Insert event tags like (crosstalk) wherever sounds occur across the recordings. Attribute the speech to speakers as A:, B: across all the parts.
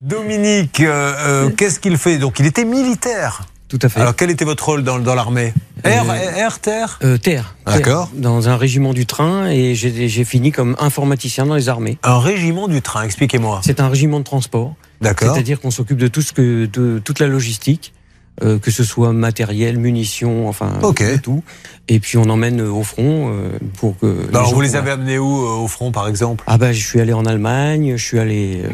A: Dominique, euh, euh, qu'est-ce qu'il fait Donc, il était militaire.
B: Tout à fait.
A: Alors, quel était votre rôle dans, dans l'armée Air, air, terre
B: Euh, terre. terre.
A: D'accord.
B: Dans un régiment du train et j'ai j'ai fini comme informaticien dans les armées.
A: Un régiment du train, expliquez-moi.
B: C'est un régiment de transport.
A: D'accord.
B: C'est-à-dire qu'on s'occupe de tout ce que de toute la logistique, euh, que ce soit matériel, munitions, enfin
A: Ok.
B: de tout. Et puis on emmène euh, au front euh, pour que.
A: Alors,
B: gens
A: vous les
B: voient.
A: avez amenés où euh, au front, par exemple
B: Ah bah je suis allé en Allemagne, je suis allé. euh,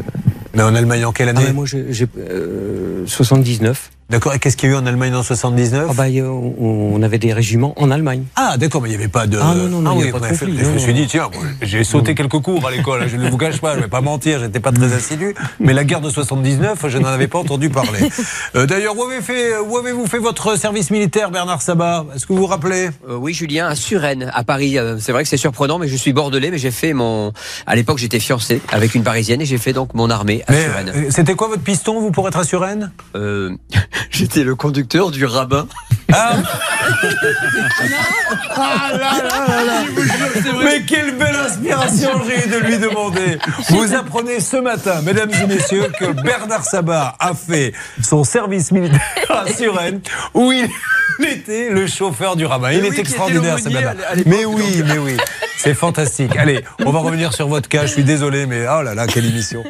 A: Mais en Allemagne, en quelle
B: ah bah,
A: année
B: moi j'ai j'ai, euh, 79.
A: D'accord. Et qu'est-ce qu'il y a eu en Allemagne en 79
B: Ah bah il y a- on on avait des régiments en Allemagne.
A: Ah, d'accord, mais il n'y avait pas de.
B: Ah, non, non, non, il y
A: oui,
B: a pas de
A: on a fait-
B: conflit,
A: Je
B: non,
A: me suis
B: non.
A: dit, tiens, moi, j'ai sauté quelques cours à l'école, je ne vous cache pas, je ne vais pas mentir, j'étais pas très assidu, mais la guerre de 79, je n'en avais pas entendu
B: (laughs)
A: parler. Euh, D'ailleurs, où avez-vous fait, où avez-vous fait votre service militaire, Bernard Sabat Est-ce que vous vous rappelez
C: Euh, oui, Julien, à Suresnes, à Paris. Euh, C'est vrai que c'est surprenant, mais je suis bordelais, mais j'ai fait mon. À l'époque, j'étais fiancé avec une parisienne et j'ai fait donc mon armée à
A: Mais
C: Suresnes.
A: euh, c'était quoi votre piston, vous, pour être à Suresnes
C: Euh, (laughs) j'étais le conducteur du rabbin.
A: Ah Ah là là là là Mais quelle belle inspiration j'ai eu de lui
C: (laughs)
A: demander Vous apprenez ce matin, mesdames et messieurs, que Bernard Sabat a fait son service militaire à Suresnes, où il (laughs) était le chauffeur du rabbin.
C: oui,
A: Il est
C: qui était
A: extraordinaire, ce
C: l'aumônier
A: blabla.
C: à l'époque,
A: Mais oui, mais oui, c'est fantastique. Allez, on va revenir sur votre cas, je suis désolé, mais oh là là, quelle émission